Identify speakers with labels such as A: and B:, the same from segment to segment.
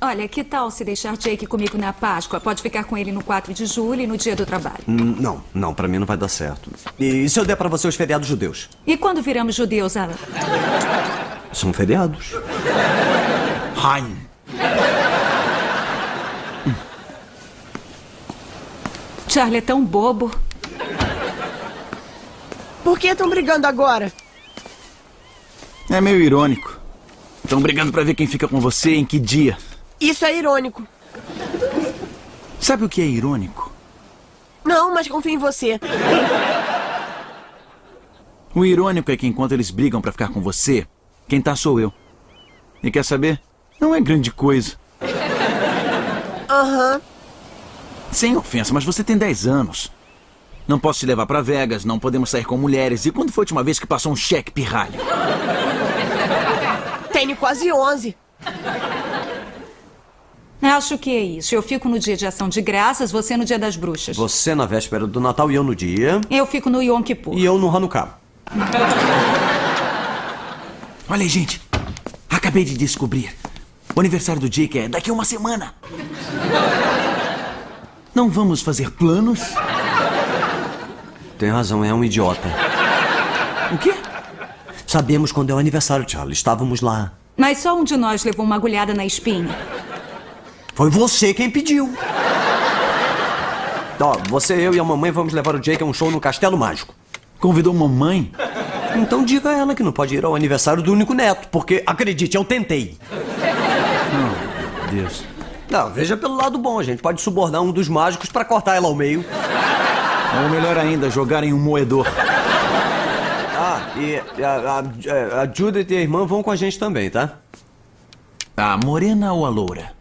A: Olha, que tal se deixar Jake comigo na Páscoa? Pode ficar com ele no 4 de julho e no dia do trabalho.
B: Hum, Não, não, pra mim não vai dar certo. E se eu der pra você os feriados judeus?
A: E quando viramos judeus, Alan?
B: São feriados.
C: Hein.
A: Charlie é tão bobo.
D: Por que estão brigando agora?
C: É meio irônico. Estão brigando pra ver quem fica com você em que dia.
D: Isso é irônico.
C: Sabe o que é irônico?
D: Não, mas confio em você.
C: O irônico é que enquanto eles brigam pra ficar com você, quem tá sou eu. E quer saber? Não é grande coisa.
D: Aham.
C: Sem ofensa, mas você tem 10 anos. Não posso te levar pra Vegas, não podemos sair com mulheres. E quando foi a última vez que passou um cheque pirralho?
D: Tenho quase 11.
A: Acho que é isso. Eu fico no dia de ação de graças, você no dia das bruxas.
B: Você na véspera do Natal e eu no dia.
A: Eu fico no Yom Kippur.
B: E eu no Hanukkah.
C: Olha aí, gente. Acabei de descobrir. O aniversário do Jake é daqui a uma semana. Não vamos fazer planos?
B: Tem razão, é um idiota.
C: O quê?
B: Sabemos quando é o aniversário, Charlie. Estávamos lá.
A: Mas só um de nós levou uma agulhada na espinha.
B: Foi você quem pediu. Ó, você, eu e a mamãe vamos levar o Jake a um show no Castelo Mágico.
C: Convidou mamãe?
B: Então diga a ela que não pode ir ao aniversário do único neto, porque, acredite, eu tentei.
C: Meu Deus.
B: Não, veja pelo lado bom, a gente pode subornar um dos mágicos pra cortar ela ao meio.
C: Ou É melhor ainda, jogar em um moedor.
B: Ah, e a, a, a Judith e a irmã vão com a gente também, tá?
C: A morena ou a loura?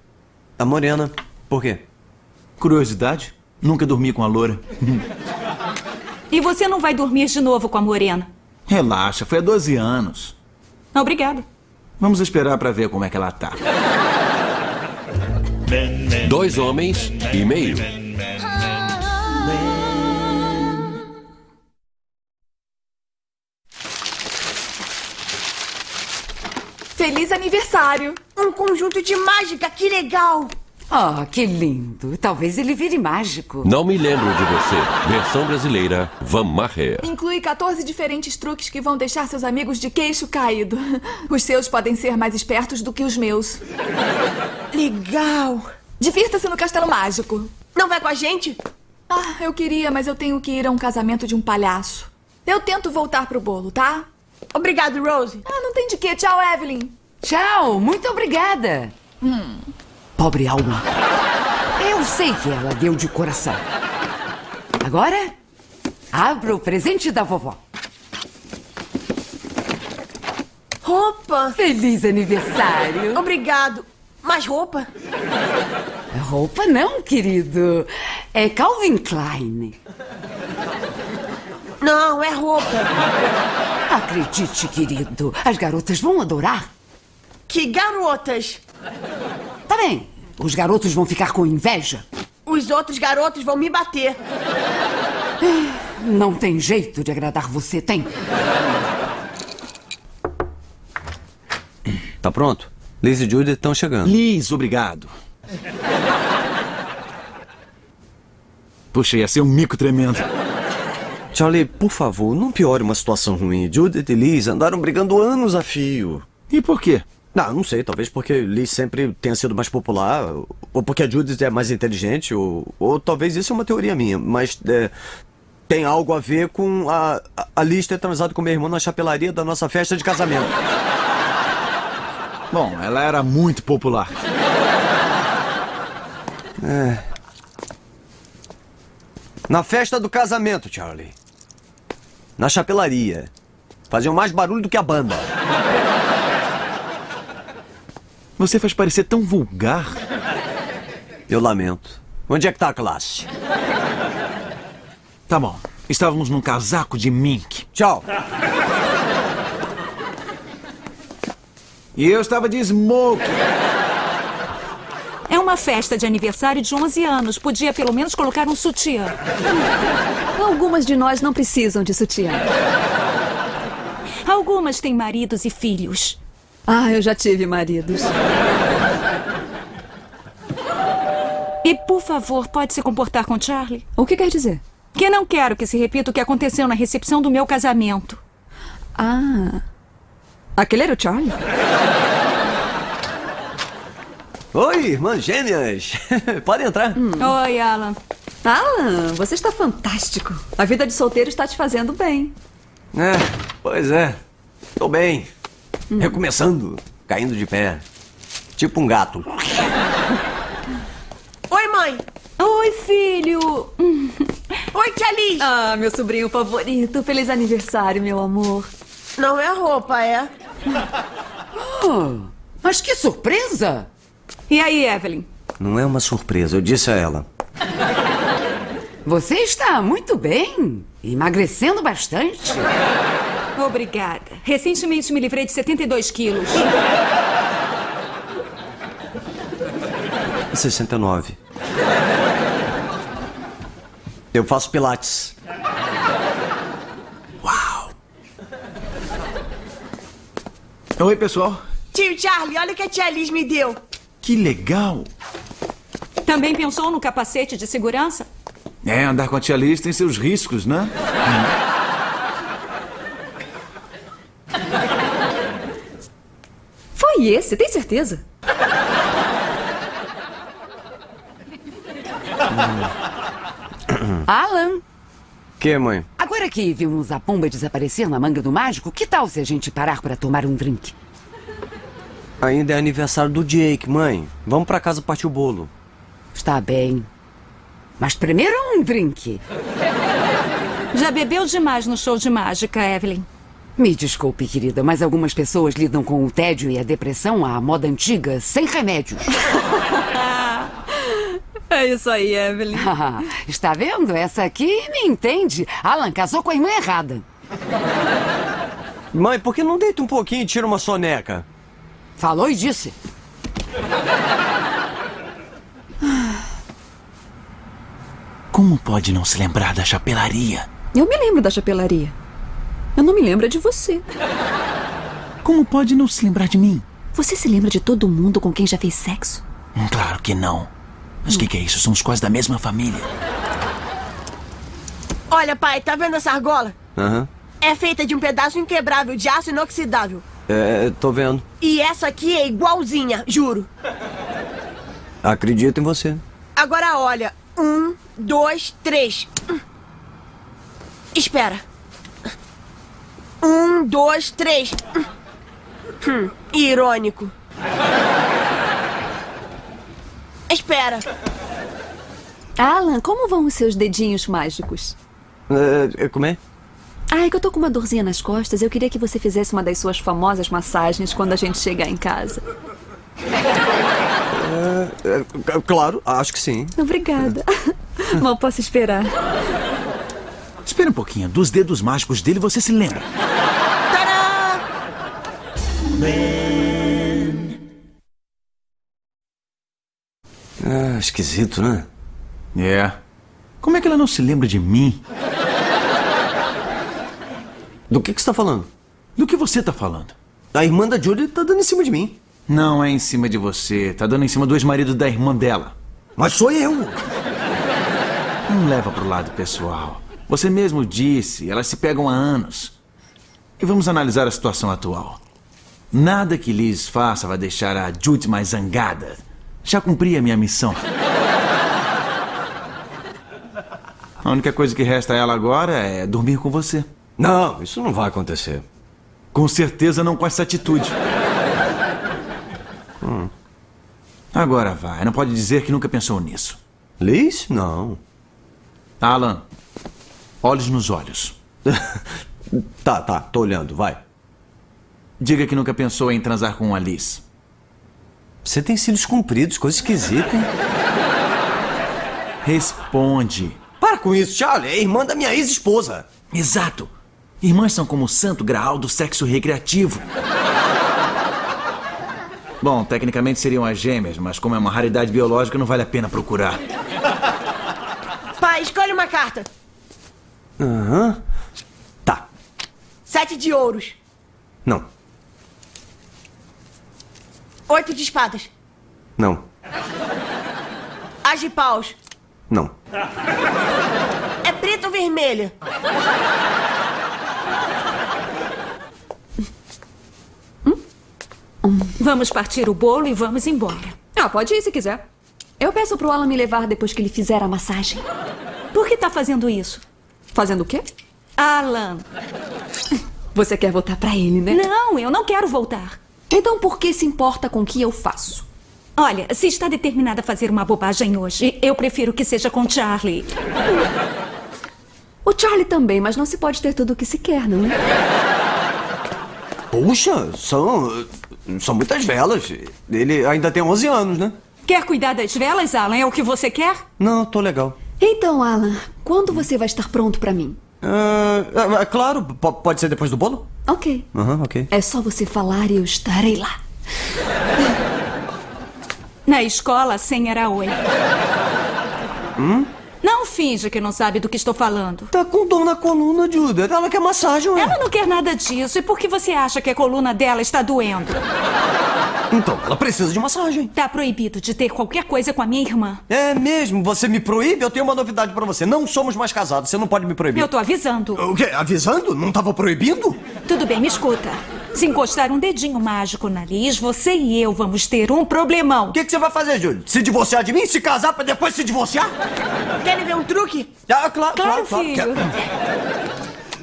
B: A Morena. Por quê?
C: Curiosidade? Nunca dormi com a loura.
A: E você não vai dormir de novo com a Morena.
C: Relaxa, foi há 12 anos.
A: Obrigada.
C: Vamos esperar pra ver como é que ela tá.
E: Dois homens e meio.
F: Feliz aniversário!
D: Um conjunto de mágica, que legal!
G: Oh, que lindo. Talvez ele vire mágico.
E: Não me lembro de você. Versão brasileira, Van Marrer.
F: Inclui 14 diferentes truques que vão deixar seus amigos de queixo caído. Os seus podem ser mais espertos do que os meus.
D: Legal!
F: Divirta-se no Castelo Mágico.
D: Não vai com a gente?
F: Ah, eu queria, mas eu tenho que ir a um casamento de um palhaço. Eu tento voltar pro bolo, tá?
D: Obrigado, Rose.
F: Ah, não tem de quê. Tchau, Evelyn.
G: Tchau, muito obrigada. Pobre alma. Eu sei que ela deu de coração. Agora, abra o presente da vovó.
D: Roupa.
G: Feliz aniversário.
D: Obrigado. Mais roupa?
G: Roupa não, querido. É Calvin Klein.
D: Não, é roupa.
G: Acredite, querido, as garotas vão adorar.
D: Que garotas!
G: Tá bem, os garotos vão ficar com inveja.
D: Os outros garotos vão me bater.
G: Não tem jeito de agradar você, tem?
B: Tá pronto? Liz e Judith estão chegando.
C: Liz, obrigado. Puxa, ia ser um mico tremendo.
B: Charlie, por favor, não piore uma situação ruim. Judith e Liz andaram brigando anos a fio.
C: E por quê?
B: Não, não sei, talvez porque Liz sempre tenha sido mais popular, ou porque a Judith é mais inteligente, ou, ou talvez isso é uma teoria minha, mas é, tem algo a ver com a, a- a Liz ter transado com meu irmão na chapelaria da nossa festa de casamento.
C: Bom, ela era muito popular.
B: Na festa do casamento, Charlie. Na chapelaria. Faziam mais barulho do que a banda.
C: Você faz parecer tão vulgar.
B: Eu lamento. Onde é que tá a classe?
C: Tá bom, estávamos num casaco de mink.
B: Tchau.
C: E eu estava de smoke.
A: É uma festa de aniversário de 11 anos. Podia pelo menos colocar um sutiã.
H: Algumas de nós não precisam de sutiã.
A: Algumas têm maridos e filhos.
H: Ah, eu já tive maridos.
A: E, por favor, pode se comportar com Charlie?
H: O que quer dizer?
A: Que não quero que se repita o que aconteceu na recepção do meu casamento.
H: Ah. Aquele era o Charlie?
B: Oi, irmãs gêmeas. Podem entrar.
A: Oi, Alan.
H: Alan, você está fantástico. A vida de solteiro está te fazendo bem.
B: É, pois é. Tô bem. Recomeçando, caindo de pé. Tipo um gato.
D: Oi, mãe.
H: Oi, filho!
D: Oi, tia Liz.
H: Ah, meu sobrinho favorito. Feliz aniversário, meu amor.
D: Não é roupa, é?
G: Oh, mas que surpresa!
A: E aí, Evelyn?
B: Não é uma surpresa, eu disse a ela.
G: Você está muito bem, emagrecendo bastante.
A: Obrigada. Recentemente me livrei de 72 quilos.
B: 69. Eu faço pilates.
C: Oi, pessoal.
D: Tio Charlie, olha o que a tia Liz me deu.
C: Que legal.
A: Também pensou no capacete de segurança?
C: É, andar com a tia Liz tem seus riscos, né?
H: Foi esse, tem certeza?
G: Alan,
B: Que, mãe?
G: agora que vimos a pomba desaparecer na manga do mágico, que tal se a gente parar para tomar um drink?
B: Ainda é aniversário do Jake, mãe. Vamos pra casa partir o bolo.
G: Está bem. Mas primeiro um drink.
A: Já bebeu demais no show de mágica, Evelyn.
G: Me desculpe, querida, mas algumas pessoas lidam com o tédio e a depressão à moda antiga, sem remédios.
H: É isso aí, Evelyn.
G: Está vendo? Essa aqui me entende. Alan casou com a irmã errada.
B: Mãe, por que não deita um pouquinho e tira uma soneca?
G: Falou e disse.
C: Como pode não se lembrar da chapelaria?
H: Eu me lembro da chapelaria. Eu não me lembro é de você.
C: Como pode não se lembrar de mim?
H: Você se lembra de todo mundo com quem já fez sexo?
C: Hum, Claro que não. Mas o que, que é isso? Somos quase da mesma família.
D: Olha, pai, tá vendo essa argola?
B: Aham.
D: É feita de um pedaço inquebrável de aço inoxidável.
B: É, tô vendo.
D: E essa aqui é igualzinha, juro.
B: Acredito em você.
D: Agora olha. Um, dois, três. Espera. Um, dois, três. Hum, irônico. Espera.
H: Alan, como vão os seus dedinhos mágicos?
B: É, é, como é?
H: Ai, que eu tô com uma dorzinha nas costas. Eu queria que você fizesse uma das suas famosas massagens quando a gente chegar em casa.
B: É, c- claro, acho que sim.
H: Obrigada. Mal posso esperar.
C: Espera um pouquinho. Dos dedos mágicos dele você se lembra.
D: Tadã!
B: Ah, esquisito, né?
C: É. Como é que ela não se lembra de mim?
B: Do que, que você tá falando?
C: Do que você tá falando?
B: A irmã da Judy tá dando em cima de mim.
C: Não é em cima de você. Tá dando em cima do ex-marido da irmã dela.
B: Mas sou eu.
C: Não leva pro lado pessoal. Você mesmo disse, elas se pegam há anos. E vamos analisar a situação atual. Nada que Liz faça vai deixar a Jude mais zangada. Já cumpri a minha missão. A única coisa que resta a ela agora é dormir com você.
B: Não, isso não vai acontecer.
C: Com certeza não com essa atitude. Agora vai, não pode dizer que nunca pensou nisso.
B: Liz? Não.
C: Alan, olhos nos olhos.
B: Tá, tá, tô olhando, vai.
C: Diga que nunca pensou em transar com Alice.
B: Você tem cílios compridos, coisa esquisita, hein?
C: Responde.
B: Para com isso, Charlie, é irmã da minha ex-esposa.
C: Exato. Irmãs são como o santo graal do sexo recreativo. Bom, tecnicamente seriam as gêmeas, mas como é uma raridade biológica, não vale a pena procurar.
D: Pai, escolhe uma carta.
B: Aham. Tá,
D: Sete de ouros.
B: não,
D: Oito de espadas.
B: não.
D: A As de paus.
B: Não.
D: É preto ou vermelho?
A: Vamos partir o bolo e vamos embora.
H: Ah, pode ir se quiser. Eu peço pro Alan me levar depois que ele fizer a massagem.
A: Por que tá fazendo isso?
H: Fazendo o quê?
A: Alan,
H: Você quer votar pra ele, né?
A: É. não, eu não quero voltar.
H: Então por que se importa com o que eu faço?
A: Olha, se está determinada a fazer uma bobagem hoje, eu prefiro que seja com Charlie.
H: O Charlie também, mas não se pode ter tudo o que se quer, não é?
B: Puxa, são. São muitas velas. Ele ainda tem 11 anos, né?
A: Quer cuidar das velas, Alan? É o que você quer?
B: Não, tô legal.
H: Então, Alan, quando você vai estar pronto pra mim?
B: Ah, é, é claro, po- pode ser depois do bolo?
H: Ok.
B: Aham, ok.
H: É só você falar e eu estarei lá.
A: Na escola, a senha era oi. Não finge que não sabe do que estou falando.
B: Tá com dor na coluna, Judy. Ela quer massagem, ué.
A: Ela não quer nada disso. E por que você acha que a coluna dela está doendo?
B: Então, ela precisa de massagem.
A: Tá proibido de ter qualquer coisa com a minha irmã.
B: É mesmo? Você me proíbe? Eu tenho uma novidade pra você. Não somos mais casados. Você não pode me proibir.
A: Eu tô avisando.
B: O quê? Avisando? Não tava proibindo?
A: Tudo bem, me escuta. Se encostar um dedinho mágico no nariz, você e eu vamos ter um problemão.
B: O que, que você vai fazer, Júlio? Se divorciar de mim? Se casar pra depois se divorciar?
D: Querem ver um truque?
B: Ah, claro,
A: Claro,
B: claro,
A: filho.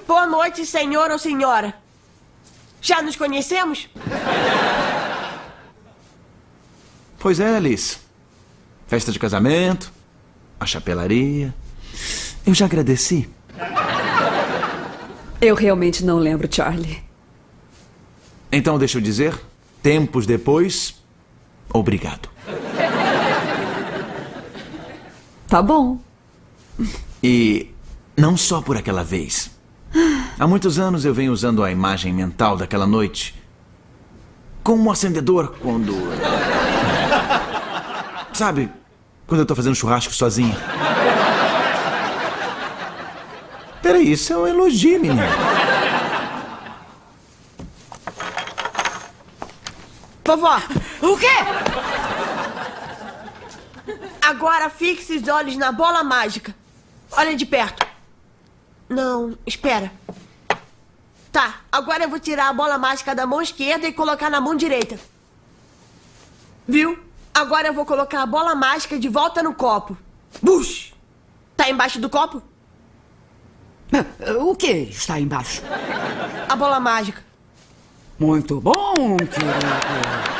D: Boa noite, senhor ou senhora. Já nos conhecemos?
C: Pois é, Alice. Festa de casamento, a chapelaria. Eu já agradeci.
H: Eu realmente não lembro, Charlie.
C: Então deixa eu dizer, tempos depois, obrigado.
H: Tá bom.
C: E não só por aquela vez. Há muitos anos eu venho usando a imagem mental daquela noite como um acendedor quando. Sabe, quando eu tô fazendo churrasco sozinho. Peraí, isso é um elogio, menino.
D: Vovó,
G: O quê?
D: agora fixe os olhos na bola mágica. Olha de perto. Não, espera. Tá, agora eu vou tirar a bola mágica da mão esquerda e colocar na mão direita. Viu? Agora eu vou colocar a bola mágica de volta no copo. Bush! Tá embaixo do copo?
G: Ah, O que está aí embaixo?
D: A bola mágica.
G: Muito bom, querido.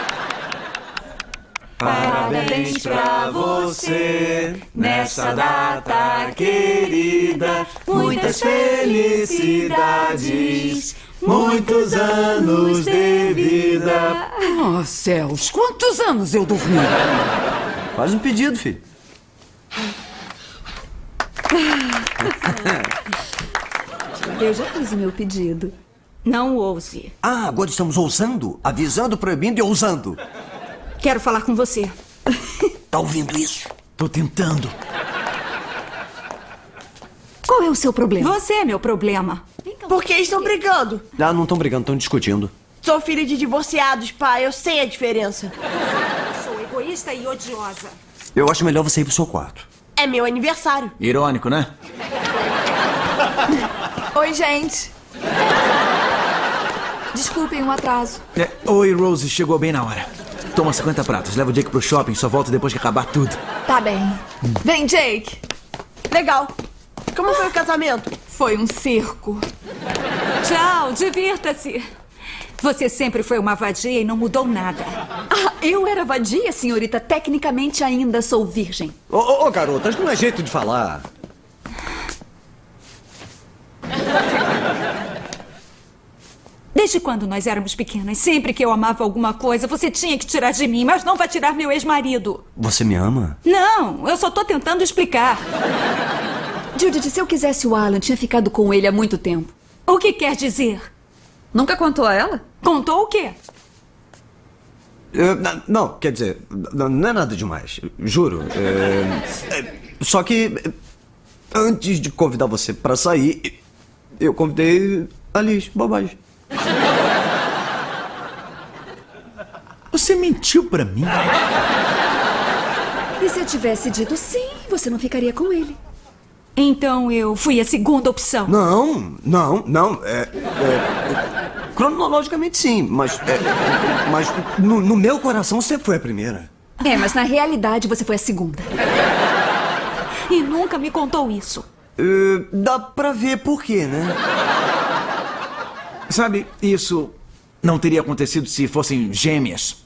C: Parabéns pra você nessa data querida. Muitas felicidades, muitos anos de vida.
G: Oh, céus, quantos anos eu dormi?
B: Faz um pedido, filho.
H: Eu já fiz o meu pedido.
A: Não ouse.
B: Ah, agora estamos ousando, avisando, proibindo e ousando.
A: Quero falar com você.
B: Tá ouvindo isso?
C: Tô tentando.
H: Qual é o seu problema?
A: Você é meu problema.
G: Então
D: Por que estão brigando?
B: Ah, não estão brigando, estão discutindo.
D: Sou filho de divorciados, pai. Eu sei a diferença.
A: Sou egoísta e odiosa.
B: Eu acho melhor você ir pro seu quarto.
D: É meu aniversário.
C: Irônico, né?
F: Oi, gente. Desculpem o atraso.
C: É, Oi, Rose, chegou bem na hora. Toma 50 pratos, leva o Jake pro shopping, só volta depois que acabar tudo.
F: Tá bem. Vem, Jake.
D: Legal. Como foi o casamento?
F: Foi um circo.
A: Tchau, divirta-se. Você sempre foi uma vadia e não mudou nada.
H: Ah, eu era vadia, senhorita. Tecnicamente ainda sou virgem.
B: Ô, ô, ô, garotas, não é jeito de falar.
A: Desde quando nós éramos pequenas, sempre que eu amava alguma coisa, você tinha que tirar de mim, mas não vai tirar meu ex-marido.
B: Você me ama?
A: Não, eu só tô tentando explicar.
H: Judith, se eu quisesse o Alan, tinha ficado com ele há muito tempo.
A: O que quer dizer?
H: Nunca contou a ela?
A: Contou o quê?
B: Eu- É, na- não, quer dizer, n- não é nada demais. Juro. É, é, só que. é, Antes de convidar você pra sair, eu convidei a Liz, bobagem.
C: Você mentiu pra mim?
H: E se eu tivesse dito sim, você não ficaria com ele.
A: Então eu fui a segunda opção.
B: Não, não, não. É, é, é, cronologicamente sim, mas. é, mas no, no meu coração você foi a primeira.
H: É, mas na realidade você foi a segunda.
A: E nunca me contou isso.
B: É, dá pra ver por quê, né?
C: Sabe, isso não teria acontecido se fossem gêmeas.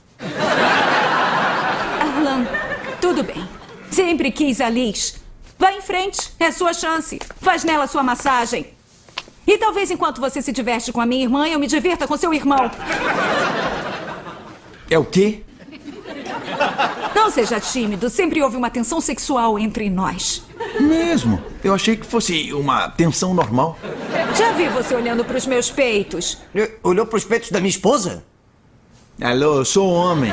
A: Arlan, tudo bem. Sempre quis a Liz. Vá em frente, é sua chance. Faz nela sua massagem. E talvez enquanto você se diverte com a minha irmã, eu me divirta com seu irmão.
C: É o quê?
A: Não seja tímido, sempre houve uma tensão sexual entre nós.
C: Mesmo. Eu achei que fosse uma tensão normal.
A: Já vi você olhando para os meus peitos.
B: É, Olhou pros peitos da minha esposa?
C: Alô, eu sou um homem.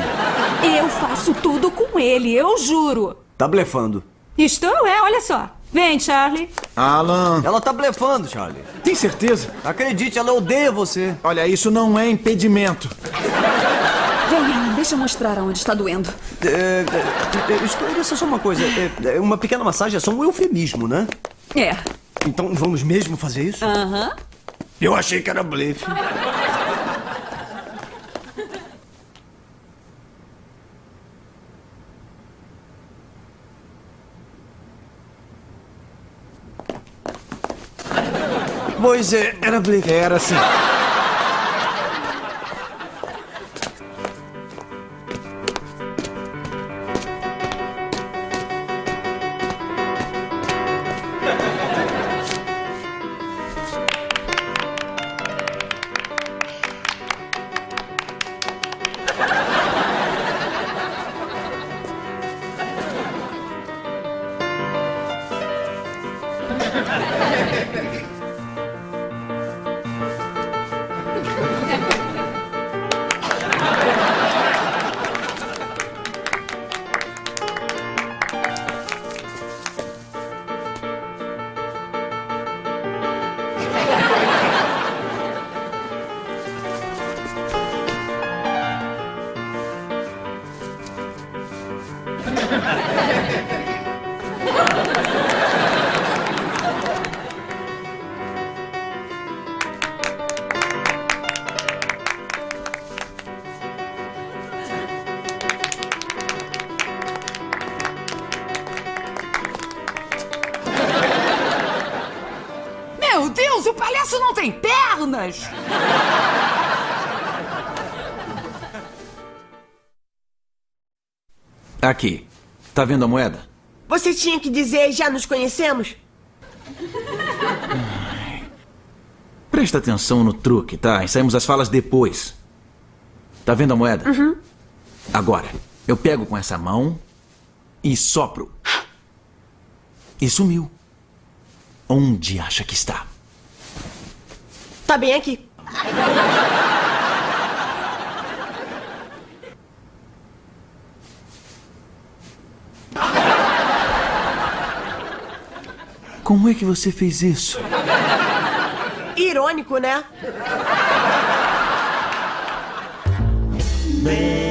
A: Eu faço tudo com ele, eu juro.
B: Tá blefando.
A: Estou, é, olha só. Vem, Charlie.
C: Alan.
B: Ela tá blefando, Charlie.
C: Tem certeza?
B: Acredite, ela odeia você.
C: Olha, isso não é impedimento.
H: Vem, Alan, deixa eu mostrar aonde está doendo.
B: É, é, é, esclareça só uma coisa. É, é, uma pequena massagem é só um eufemismo, né?
H: É.
B: Então vamos mesmo fazer isso?
H: Aham.
B: Eu achei que era blefe. Pois é, era blefe.
C: Era assim.
G: Meu Deus, o palhaço não tem pernas!
C: Aqui. Tá vendo a moeda?
D: Você tinha que dizer já nos conhecemos?
C: Presta atenção no truque, tá? Ensaiamos as falas depois. Tá vendo a moeda? Uhum. Agora, eu pego com essa mão e sopro. E sumiu. Onde acha que está?
D: Tá bem aqui.
C: Como é que você fez isso?
D: Irônico, né?
I: Bem.